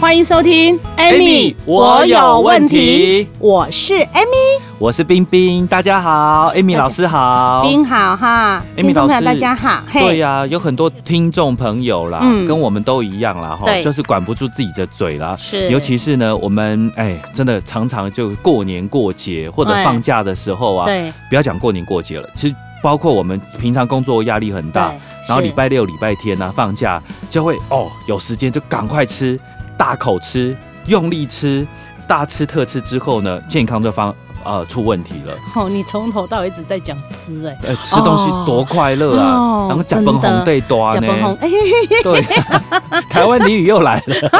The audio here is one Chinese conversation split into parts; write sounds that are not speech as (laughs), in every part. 欢迎收听 Amy，我有问题我是 Amy，我是冰冰，大家好，Amy 老师好。冰好哈 Amy 听众朋老友师大家好，对呀，呀、有很多听众朋友啦，嗯跟我们都一样啦，哈，对就是管不住自己的嘴啦。是，尤其是呢，我们哎，真的常常就过年过节或者哎放假的时候啊，对不要讲过年过节了，其实包括我们平常工作压力很对大，，然后礼拜六、礼拜天啊放假就会哦，有时间就赶快吃，大口吃，用力吃，大吃特吃之后呢，健康就方呃出问题了。是哦，你从头到尾一直在讲吃哎，呃，吃东西多快乐啊，哦然后假崩红对多啊贾呢鹏，红哎，对，啊 (laughs) 台湾俚语又来了。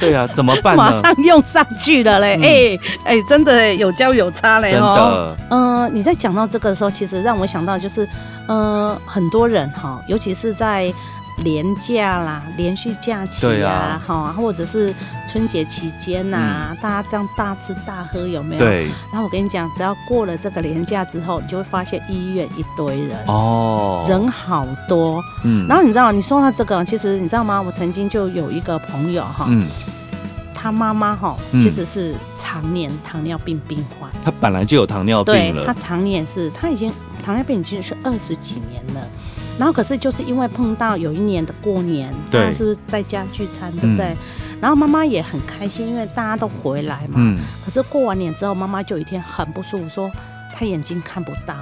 对啊，怎么办马呢？嗯上用上去了嘞，哎哎，真的哎有交有差嘞真哦。的，嗯，你在讲到这个的时候，其实让我想到就是，呃，很多人哈，尤其是在。连假啦，连续假期对啊啊，嗯哈、或者是春节期间呐、大家这样大吃大喝有没有？对然后我跟你讲，只要过了这个年假之后，你就会发现医院一堆人，哦，人好多。嗯然后你知道，你说到这个，其实你知道吗？我曾经就有一个朋友哈，嗯，他妈妈哈，嗯其实是常年糖尿病病患，他本来就有糖尿对哦病他了，常年是，他已经糖尿病已经是二十几年了。然后可是就是因为碰到有一年的过年，对嗯他是在家聚餐，对不对？然后妈妈也很开心，因为大家都回来嘛。嗯，可是过完年之后，妈妈就有一天很不舒服，说她眼睛看不到。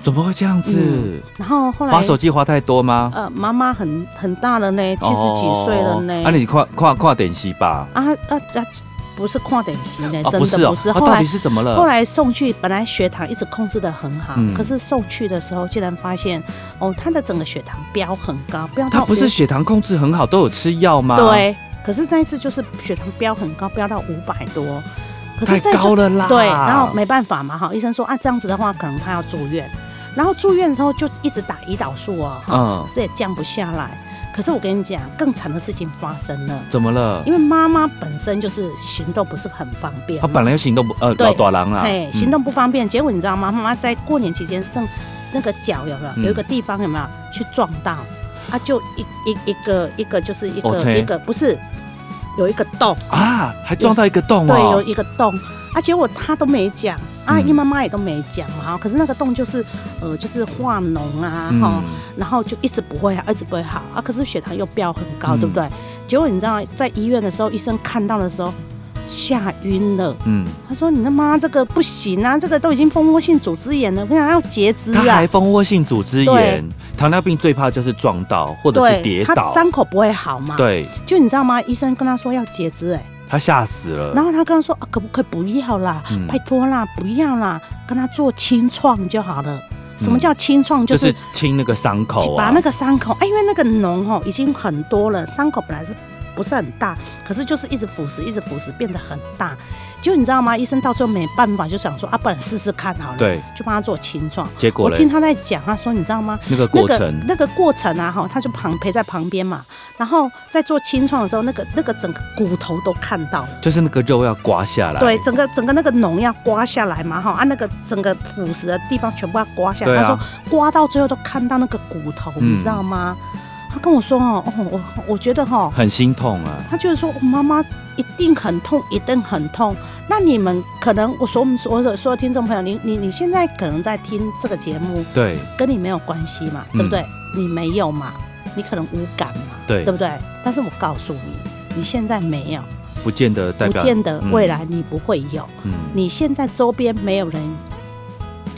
怎么会这样嗯子？然后后来滑手机滑太多吗？呃，妈妈很很大了呢，呃七十几岁了呢。哦啊，你跨跨跨点戏吧？啊啊啊不是跨点型呢，啊，哎真不是的哦不，是。他后到底来是怎么了？后来送去，本来血糖一直控制的很好，呃嗯可是送去的时候竟然发现，哦，她的整个血糖飙很高，飙到他不是五血糖控制很好，都有吃药吗？，对，可是那一次就是血糖飙很高，飙到五百多，可是太在这高了啦。对，然后没办法嘛，哈，医生说啊，这样子的话，可能他要住院。然后住院的时候就一直打胰岛素哦，哈，嗯可，是也降不下来。可是我跟你讲，更惨的事情发生了，怎么了？因为妈妈本身就是行动不是很方便他嘛，本来就行动不呃对老短郎啊，哎，嗯行动不方便，结果你知道吗？妈妈在过年期间剩那个脚有没嗯有有一个地方有没有去撞到啊？就一一一个一个就是一哦个切一个不是有一个洞，啊，还撞到一个洞对，有哦。一个洞，啊，结果他都没讲，啊，嗯姨妈妈也都没讲嘛，哈可是那个洞就是，呃，就是化脓啊，嗯哈、然后就一直不会好，一直不会好，啊，可是血糖又飙很高，嗯对不对？结果你知道，在医院的时候，医生看到的时候吓晕了，嗯，他说：“你他妈这个不行啊，这个都已经蜂窝性组织炎了，我想要截肢他啊还！”蜂窝性组织炎对，糖尿病最怕就是撞到或者是对，跌他倒，伤口不会好嘛？，对就你知道吗？医生跟他说要截肢、哎，他吓死了。然后他跟他说啊，可不可以不要啦？嗯拜托啦，不要啦，跟他做清创就好了。什么叫清创？嗯就就是是清那个伤口把啊那，个伤口，哎，因为那个脓哦已经很多了，伤口本来是不是很大，可是就是一直腐蚀，一直腐蚀，变得很大。就你知道吗？医生到最后没办法，就想说啊，不然试试看好了，，对，就帮他做清创。结果我嘞听他在讲，他说你知道吗？那个过程那个、那个过程啊，哈，他就旁陪在旁边嘛，然后在做清创的时候，那个那个整个骨头都看到了。就是那个肉要刮下来，对，整个整个那个脓要刮下来嘛，哈啊，那个整个腐蚀的地方全部要刮下来。对啊他说刮到最后都看到那个骨头，嗯你知道吗？他跟我说哦，哦我我觉得哈、哦，很心痛啊。他就是说哦妈妈一定很痛，一定很痛。那你们可能我所所有所有听众朋友，你你你现在可能在听这个节目，对，跟你没有关系嘛，嗯对不对？你没有嘛，你可能无感嘛，对对不对？但是我告诉你，你现在没有，不见得代不表见得嗯未来你不会有。嗯你现在周边没有人，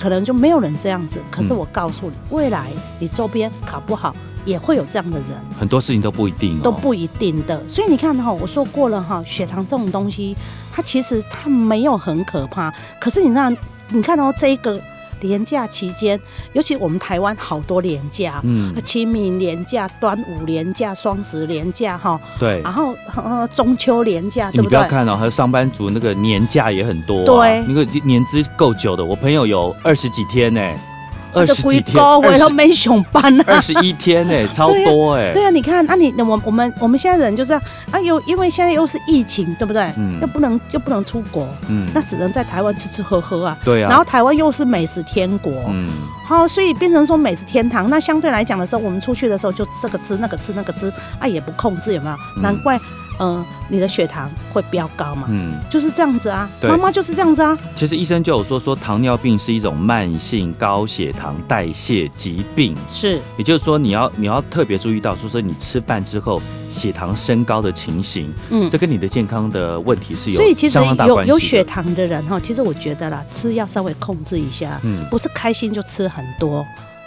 可能就没有人这样嗯子。可是我告诉你，未来你周边搞不好也会有这样的人，很多事情都不一定哦，都不一定的。所以你看哈、我说过了哈、血糖这种东西，它其实它没有很可怕。可是你知道，你看哦，这一个廉假期间，尤其我们台湾好多廉假，嗯，啊清明廉假、端午廉假、双十廉假哈，对。然后呃中秋廉假，啊对你不不要对？看哦，还有上班族那个年假也很多、啊，对那个年资够久的，我朋友有二十几天呢、二十几天，我二都十没上班啊。二十一天 (laughs) 呢、超多哎、对啊，你看，啊你我我们我们现在人就是啊，又因为现在又是疫情，对不对？嗯又不能又不能出国，嗯，那只能在台湾吃吃喝喝啊。对啊，然后台湾又是美食天国，嗯，好、所以变成说美食天堂。那相对来讲的时候，我们出去的时候就这个吃那个吃那个吃，啊也不控制，有没有？嗯难怪，呃，你的血糖会飙高嘛，嗯，就是这样子啊。对妈妈就是这样子啊，其实医生就有说，说糖尿病是一种慢性高血糖代谢疾病，是也就是说，你要你要特别注意到，说说你吃饭之后血糖升高的情形，嗯这跟你的健康的问题是有所以其实相当大有关系的有血，糖的人哈，其实我觉得啦，吃要稍微控制一下，嗯，不是开心就吃很多。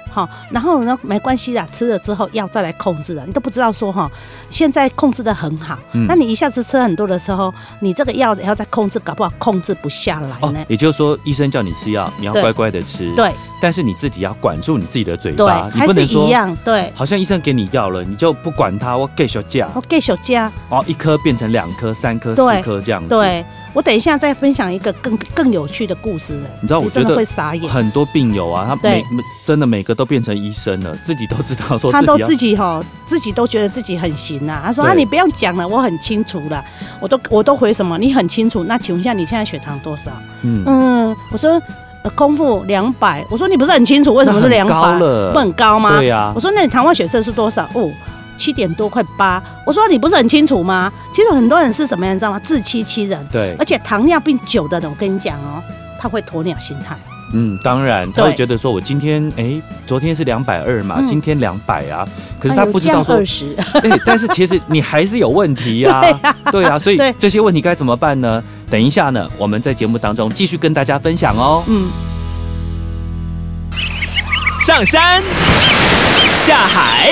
好，然后呢，没关系啦，吃了之后要再来控制的，你都不知道说哈，现在控制的很好，嗯那你一下子吃很多的时候，你这个药要再控制，搞不好控制不下来哦呢。，也就是说，医生叫你吃药，你要对乖乖的吃，，嗯对但是你自己要管住你自己的嘴对啊巴，，你还不是能一说。样，对。好像医生给你药了，你就不管它，我给小价，我给小加，然后一颗变成两颗、三颗、对四颗这样子。，对我等一下再分享一个更更有趣的故事了，你知道我你真觉的得会傻眼，很多病友啊，他每对每真的每个都变成医生了，自己都知道说他自都己要自己哈，自己都觉得自己很行啊。他说对啊，你不用讲了，我很清楚了，我都我都回什么？你很清楚。那请问一下，你现在血糖多少？嗯，嗯，我说呃空腹两百。我说你不是很清楚为什么 (laughs) 是那两很高百？了不很高吗？对啊呀我，说那你糖化血色素多少？哦。七点多快八，我说你不是很清楚吗？其实很多人是什么样，你知道吗？自欺欺人，对而，且糖尿病久的人，我跟你讲哦，他会鸵鸟心态。嗯，当然他对会觉得说，我今天哎，昨天是两百二嘛，嗯哎今天两百啊，可是他不知道说二，十，哎，但是其实你还是有问题 (laughs) 呀，对啊，所以对这些问题该怎么办呢？等一下呢，我们在节目当中继续跟大家分享哦。嗯，上山，下海，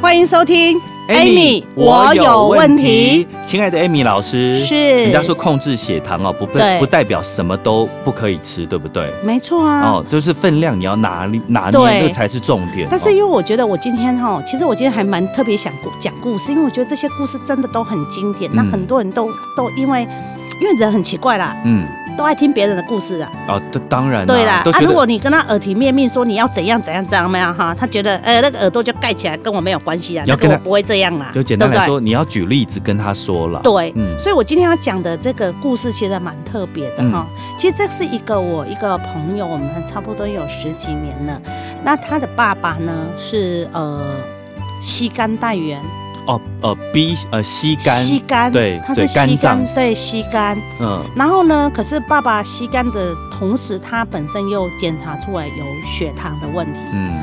欢迎收听 Amy，我有问题。。亲爱的 Amy 老师，是人家说控制血糖哦，不不对不代表什么都不可以吃，对不对？没错啊。哦，就是分量你要拿捏拿捏，对那个才是重点。但是哦因为我觉得我今天哈，其实我今天还蛮特别想故讲故事，因为我觉得这些故事真的都很经典，那嗯很多人都都因为因为人很奇怪啦，嗯，都爱听别人的故事啊。哦，这当然对啦，都啊，觉如果得你跟他耳提面命说你要怎样怎样怎样没有哈，他觉得呃那个耳朵就盖起来，跟我没有关系啊，要那跟个他我不会这样啦，就简单对不来对说，你要举例子跟他说了。对，嗯所以我今天要讲的这个故事其实还蛮特别的哈、嗯其实这是一个我一个朋友，我们差不多有十几年了。那他的爸爸呢是呃吸肝带源，哦，呃，B 呃吸干，吸肝，对他对是肝吸肝，脏对吸肝。嗯然后呢，可是爸爸吸肝的同时，他本身又检查出来有血糖的问题。嗯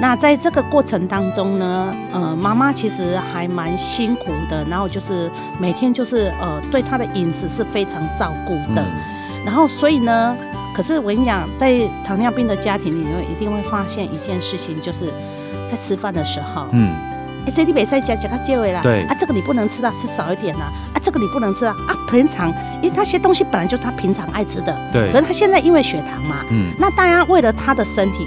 那在这个过程当中呢，呃，妈妈其实还蛮辛苦的，然后就是每天就是呃，对她的饮食是非常照顾的。嗯，然后所以呢，可是我跟你讲，在糖尿病的家庭里面，一定会发现一件事情，就是在吃饭的时候，哎、嗯，这里比赛加加个结尾啦，对啊，这个你不能吃啊，吃少一点啦，啊，这个你不能吃啊，啊，平常因为那些东西本来就是他平常爱吃的，可对，是他现在因为血糖嘛，嗯，那大家为了他的身体，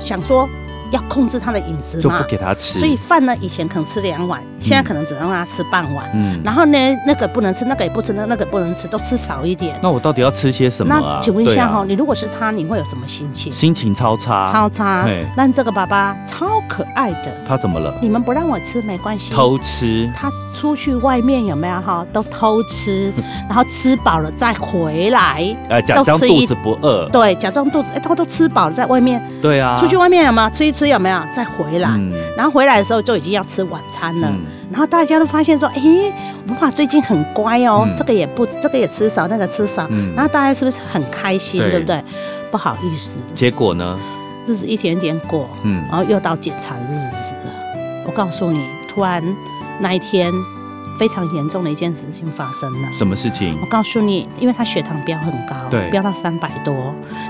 想说要控制他的饮食就不嘛，给他吃，所以饭呢以前可能吃两碗，现在可能只能让他吃半碗，嗯，然后呢那个不能吃，那个也不吃，那那个也不能吃，都吃少一点。那我到底要吃些什么啊？那请问一对下啊哈、你如果是他，你会有什么心情？心情超差，超差嘿。那这个爸爸超可爱的，他怎么了？你们不让我吃没关系。偷吃，他出去外面有没有哈？都偷 (laughs) 吃，然后吃饱了再回来。呃，假装都吃一肚子不饿，对，假装肚子哎，他都吃饱了，在外面对啊，出去外面有没有吃一吃有没有？再回来，嗯然后回来的时候就已经要吃晚餐了。嗯然后大家都发现说，哎，我爸最近很乖哦，嗯这个也不，这个也吃少，那个吃少。嗯然后大家是不是很开心，对对不对？不好意思，结果呢？日子一点点过，嗯然后又到检查的日子了。我告诉你，突然那一天非常严重的一件事情发生了。什么事情我？告诉你，因为他血糖标很高，对飙到三百多。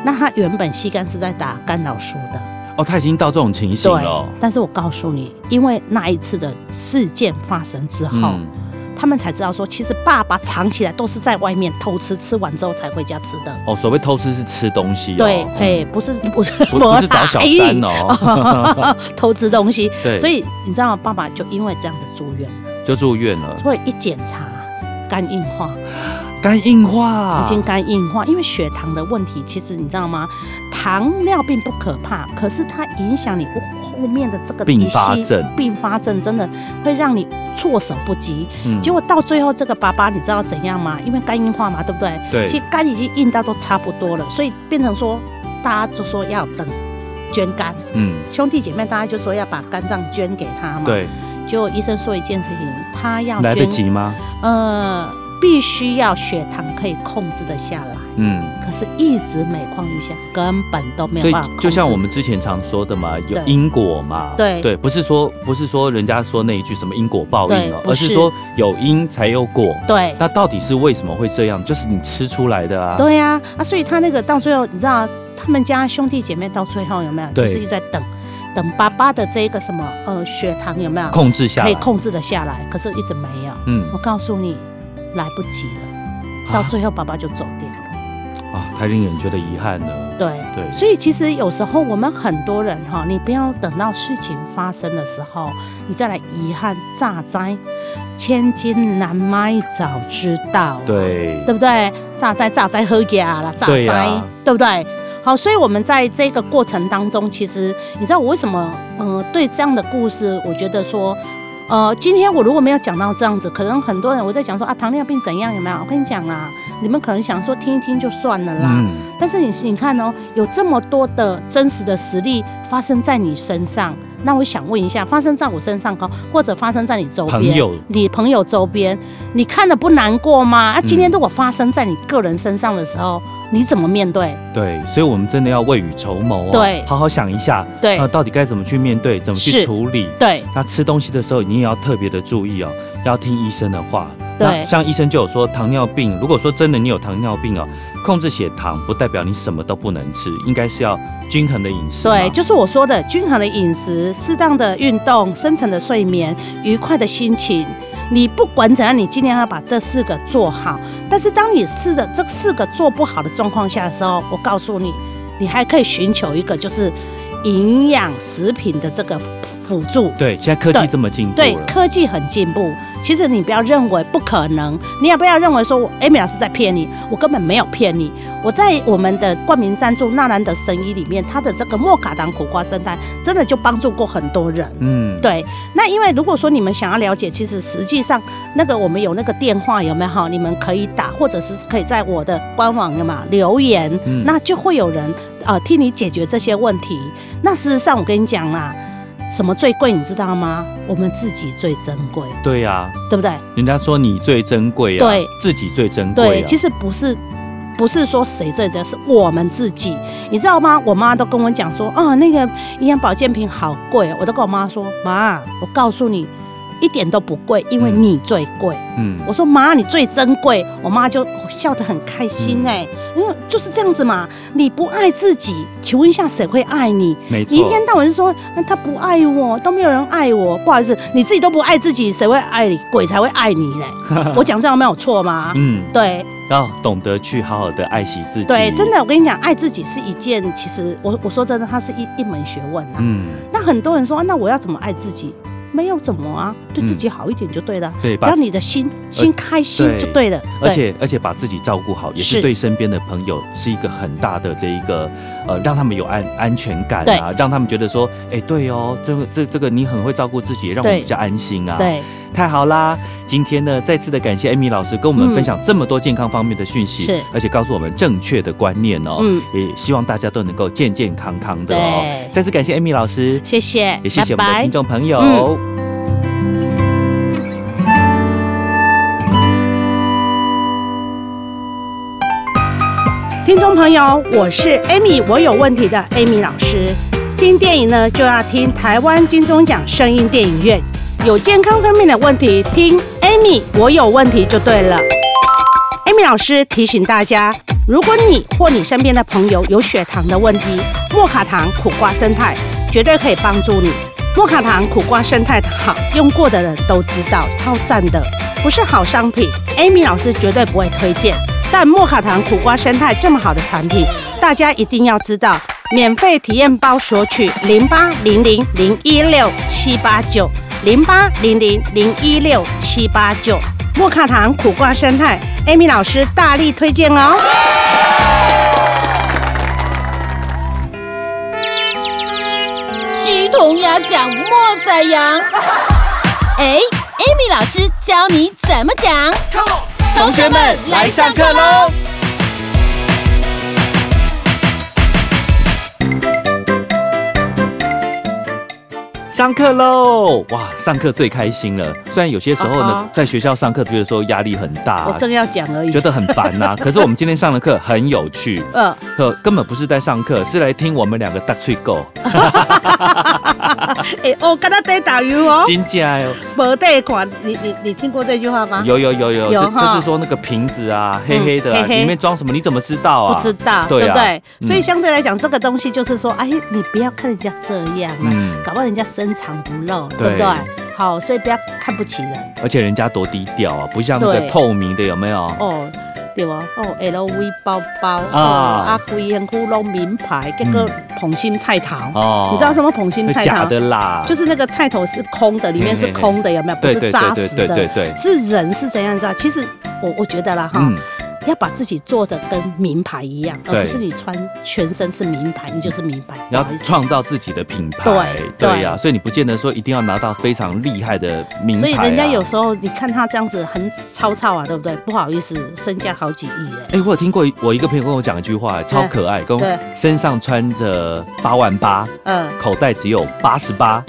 那他原本吸肝是在打干扰素的，哦，他已经到这种情形对了哦。但是我告诉你，因为那一次的事件发生之后，嗯，他们才知道说，其实爸爸藏起来都是在外面偷吃，吃完之后才回家吃的。哦，所谓偷吃是吃东西哦。对，嗯嘿，不是不是不不是找小三哦，哦， (laughs) 偷吃东西。对所以你知道吗？爸爸就因为这样子住院，就住院了，所以一检查肝硬化，肝硬化，已经肝硬化，因为血糖的问题，其实你知道吗？糖尿病不可怕，可是它影响你后后面的这个并发症，并发症真的会让你措手不及。嗯结果到最后，这个爸爸你知道怎样吗？因为肝硬化嘛，对不对？对其实肝已经硬到都差不多了，所以变成说，大家就说要等捐肝，嗯，兄弟姐妹大家就说要把肝脏捐给他嘛。。对，结果医生说一件事情，他要来得捐，及吗？呃，必须要血糖可以控制得下来。嗯，可是，一直每况愈下，根本都没所有以办法控制。就像我们之前常说的嘛，有对因果嘛，对对，不是说不是说人家说那一句什么因果报应哦，对而不是是说有因才有果。对那到底是为什么会这样？就是你吃出来的啊。对呀、啊，所以他那个到最后，你知道他们家兄弟姐妹到最后有没有，就对是一直在等，等爸爸的这个什么呃血糖有没有控制下可来以，控制得下来，可是一直没有。嗯我告诉你，来不及了，到最后爸爸就走掉了。啊啊，太令人觉得遗憾了。对。对，所以其实有时候我们很多人哈，你不要等到事情发生的时候，你再来遗憾乍灾，千金难买早知道。对，对不对？榨灾榨灾喝呀啦，榨灾对呀对不对？好，所以我们在这个过程当中，其实你知道我为什么嗯、呃对这样的故事，我觉得说。呃，今天我如果没有讲到这样子，可能很多人我在讲说啊，糖尿病怎样有没有？我跟你讲啦，你们可能想说听一听就算了啦，嗯，但是你你看哦，有这么多的真实的实例发生在你身上，那我想问一下，发生在我身上高，或者发生在你周边，朋友你朋友周边，你看了不难过吗？啊，今天嗯如果发生在你个人身上的时候，你怎么面对？对，所以我们真的要未雨绸缪哦，对好好想一下，对呃，到底该怎么去面对，怎么去是处理。对那吃东西的时候，你也要特别的注意哦，要听医生的话。对那像医生就有说，糖尿病，如果说真的你有糖尿病哦，控制血糖不代表你什么都不能吃，应该是要均衡的饮食嘛。对，就是我说的，均衡的饮食、适当的运动、深层的睡眠、愉快的心情。你不管怎样，你尽量要把这四个做好。但是当你试的这四个做不好的状况下的时候，我告诉你，你还可以寻求一个就是营养食品的这个辅助。对，现在科技对这么进步对，了，科技很进步。其实你不要认为不可能，你也不要认为说我 Amy 老师在骗你，我根本没有骗你。我在我们的冠名赞助纳兰德神医里面，它的这个莫卡糖苦瓜生态，真的就帮助过很多人。嗯，对，那因为如果说你们想要了解，其实实际上那个我们有那个电话有没有哈？你们可以打，或者是可以在我的官网有嘛留言，嗯那就会有人呃替你解决这些问题。那事实上我跟你讲啦，什么最贵你知道吗？我们自己最珍贵，对呀、对不对？人家说你最珍贵啊，对，自己最珍贵、啊。对，其实不是。不是说谁最珍，是我们自己，你知道吗？我妈都跟我讲说，啊、那个营养保健品好贵哦，我都跟我妈说，妈，我告诉你，一点都不贵，因为嗯你最贵。嗯，我说妈，你最珍贵，我妈就笑得很开心嗯哎、因为就是这样子嘛，你不爱自己，请问一下谁会爱你？没你一错，天到晚就说、啊、他不爱我，都没有人爱我，不好意思，你自己都不爱自己，谁会爱你？鬼才会爱你 (laughs) 嘞！我讲这样没有错吗？嗯，对要懂得去好好的爱惜自己。对，真，的，我跟你讲，爱自己是一件，其实我我说真的，它是一一门学问啊。嗯，那很多人说、啊那我要怎么爱自己？没有怎么啊，对自己好一点就对了。嗯对，把呃只要你的心心开心就对了，而对且而且把自己照顾好，也是是对身边的朋友是一个很大的这一个呃，让他们有安安全感啊对，让他们觉得说，哎、对哦，这个这这个你很会照顾自己，让我对比较安心啊。。对太好啦！今天呢，再次的感谢 Amy 老师跟我们嗯分享这么多健康方面的讯息，是而且告诉我们正确的观念哦。嗯也希望大家都能够健健康康的哦对。再次感谢 Amy 老师，谢谢，也谢谢我们拜的拜听众朋友。嗯听众朋友，我是 Amy，我有问题的 Amy 老师。听电影呢，就要听台湾金钟奖声音电影院。有健康方面的问题，听 Amy，我有问题就对了。Amy 老师提醒大家，如果你或你身边的朋友有血糖的问题，莫卡糖苦瓜生态绝对可以帮助你。莫卡糖苦瓜生态好，用过的人都知道，超赞的，不是好商品，Amy 老师绝对不会推荐。但莫卡糖苦瓜生态这么好的产品，大家一定要知道。免费体验包索取零八零零零一六七八九零八零零零一六七八九。莫卡糖苦瓜生态，Amy 老师大力推荐哦。鸡同鸭讲，莫宰羊。哎，Amy 老师教你怎么讲。同学们来上课喽！上课喽！哇，上课最开心了。虽然有些时候啊呢哈，在学校上课觉得说压力很大我啊，正要讲而已觉。得很烦 (laughs) 呐、可是我们今天上的课很有趣，呃，呃，根本不是在上课，是来听我们两个大吹狗哎、我跟他在打油哦，金家哟，没带款。你你你听过这句话吗？有有有有，啊有就哈就是说那个瓶子啊，黑黑的、啊，黑黑里面装什么你怎么知道啊？不知道，对啊不对？所以嗯相对来讲，这个东西就是说，哎，你不要看人家这样啊，嗯，搞不好人家深藏不露，对对不对？好，所以不要看不起人而且人家多低调啊，不像那个对透明的，有没有？哦，对哦，哦，LV 包包啊哦啊，规身窟窿名牌，这个捧心菜头，哦你知道什么捧心那菜假头？的啊啦，就是那个菜头是空的，里面是空的，有没有？不对是对扎对实对对对的，对，是人是怎样你知道？其实我我觉得啦哈。嗯，要把自己做的跟名牌一样，对而不是你穿全身是名牌，你就是名牌。然不后好意思创造自己的品牌，对对呀、对所以你不见得说一定要拿到非常厉害的名牌、所以啊，人家有时候你看他这样子很糙糙啊，对不对？不好意思，身价好几亿哎、哎、我有听过我一个朋友跟我讲一句话，超可爱，跟我对身上穿着八万八，嗯，口袋只有八十 (laughs) 八，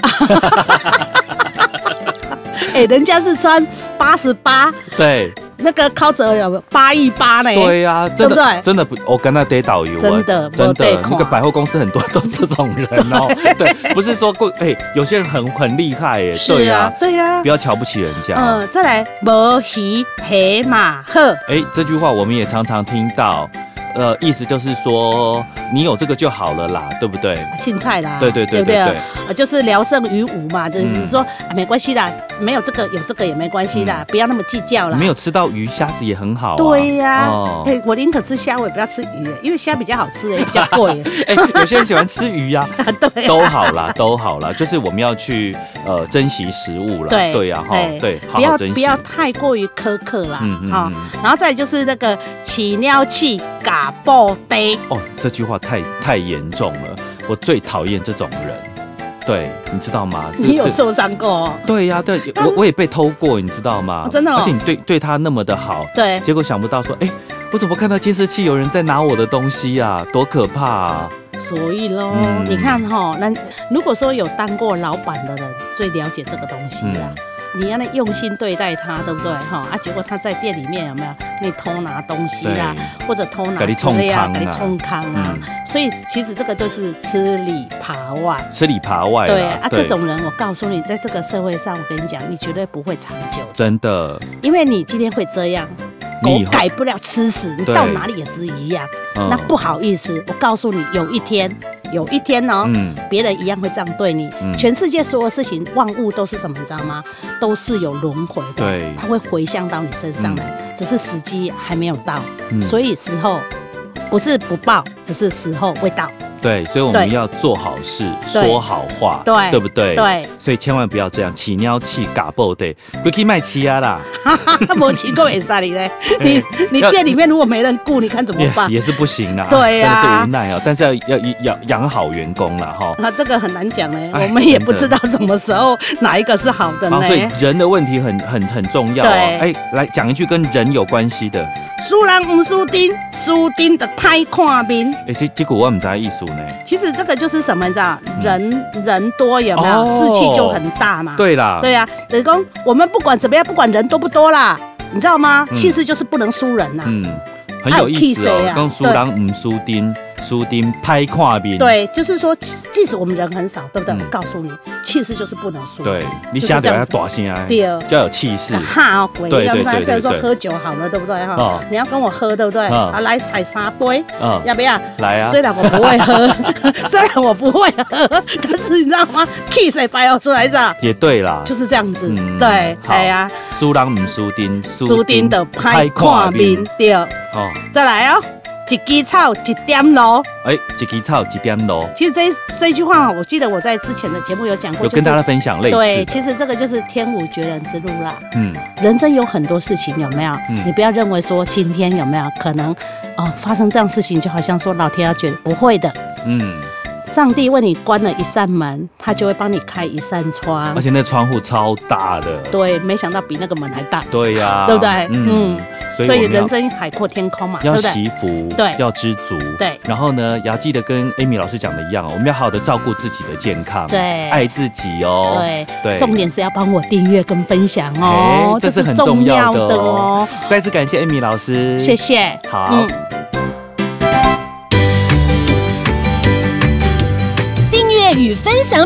哎、人家是穿八十八，对那个高泽有八亿八呢。对呀、真的哎对不对真的不，我跟他得导游，真的啊真没得的，看那个百货公司很多都是这种人 (laughs) 哦、对，不是说过，哎、有些人很很厉害耶，是对呀啊，、对呀、不要瞧不起人家。哦嗯、再来，摩西黑马赫，哎、这句话我们也常常听到，呃，意思就是说你有这个就好了啦，对不对？青菜啦，对对对对不对对，呃就是聊胜于无嘛，就嗯是说、啊没关系啦，没有这个有这个也没关系啦，不要那么计较啦。没有吃到鱼虾子也很好、啊。对呀、哎、 (laughs) 哦我宁可吃虾，我也不要吃鱼，因为虾比较好 (laughs) 吃，也比较贵。哎、有些人喜欢吃鱼呀、对 (laughs) 啊都好啦，都好啦，就是我们要去呃珍惜食物啦，对对呀、哈哎，对，好不要好珍惜，不要太过于苛刻啦，嗯嗯啊好、嗯然后再就是那个起尿气嘎爆呆，哦，这句话太太严重了，我最讨厌这种人，对，你知道吗？这你有这受伤过、哦？对呀、对我我也被偷过，你知道吗？哦真的哦而且你对对他那么的好，对，结果想不到说，哎、我怎么看到监视器有人在拿我的东西啊？多可怕啊！所以喽、嗯你看哈、那如果说有当过老板的人，最了解这个东西啦。嗯你要那用心对待他，对不对？哈啊，结果他在店里面有没有你偷拿东西对，啦，或者偷拿给你资冲料康啊给你冲康啊、嗯所以其实这个就是吃里扒外。吃里扒外啦，对啊，这种人我告诉你，在这个社会上，我跟你讲，你绝对不会长久的，真的，因为你今天会这样，你狗以后改不了吃屎，你对到哪里也是一样。嗯那不好意思，我告诉你，有一天，有一天哦。嗯，别人一样会这样对你。嗯全世界所有事情，万物都是什么，你知道吗？都是有轮回的，对它会回向到你身上来，只是时机还没有到，嗯所以时候不是不报，只是时候未到。对，所以我们对要做好事，对说好话，对对不对？。对，所以千万不要这样起尿气、嘎爆的，不去卖欺压啦， (laughs) 那没骑过也杀你 (laughs) 嘞，你你哎要店里面如果没人雇，你看怎么也 (laughs) 办？也是不行啦。 (laughs) 对呀真的是无奈哦、但是要要要要养好员工啦，哈。啊，这个很难讲嘞，哎我们也不知真道什么时候哪一个是好的好，啊所以呢。人的问题很很很重要哦。哎对、来讲一句跟人有关系的，输人不输丁，输丁的太看面。哎、这这股我们在艺术呢。其实这个就是什么，你知道，人人多有没有，嗯哦士气就很大嘛。对啦，对啊，等于说我们不管怎么样，不管人多不多啦，你知道吗？嗯气势就是不能输人呐。嗯，很有意思啊有气势哦啊。刚输人唔输丁，输丁拍跨面。对，就是说，即即使我们人很少，对不对？嗯我告诉你，气势就是不能输。对，你就是想这怎样要子大声啊，对要有气 (laughs) 势。哈哦，鬼对要对不然对比对如说对喝酒好了，对不对哦哈？你要跟我喝，对不对？嗯啊，来采砂杯，嗯，要不要？来啊虽然我不会 (laughs) 喝， (laughs) 虽然我不会喝，但是你知道吗？kiss 也掰哦出来着，也对啦，就是这样子嗯。对，好哎呀，输人唔输丁，输丁的拍看面。对，哦，再来哦，一枝草一点露。哎、一枝草一点露，其实这一这一句话，我记得我在之前的节目有讲过，有就是跟大家分享类对，似其的。实这个就是天无绝人之路啦。嗯，人生有很多事情，有没有？嗯你不要认为说今天有没有可能，哦，发生这样事情，就好像说老天要觉得不会的，嗯，上帝为你关了一扇门，他就会帮你开一扇窗而。且那窗户超大的。对，没想到比那个门还大，对呀、对不对嗯，所以所以我们人要生海阔天空嘛，对要不对？惜福，对要知足，对然后呢，也要记得跟 Amy 老师讲的一样，哦我们要好好的照顾自己的健康，对爱自己哦，对，对，重点是要帮我订阅跟分享哎哦，这是很重要的哦。再次感谢 Amy 老师，谢。嗯谢。好，订阅与分享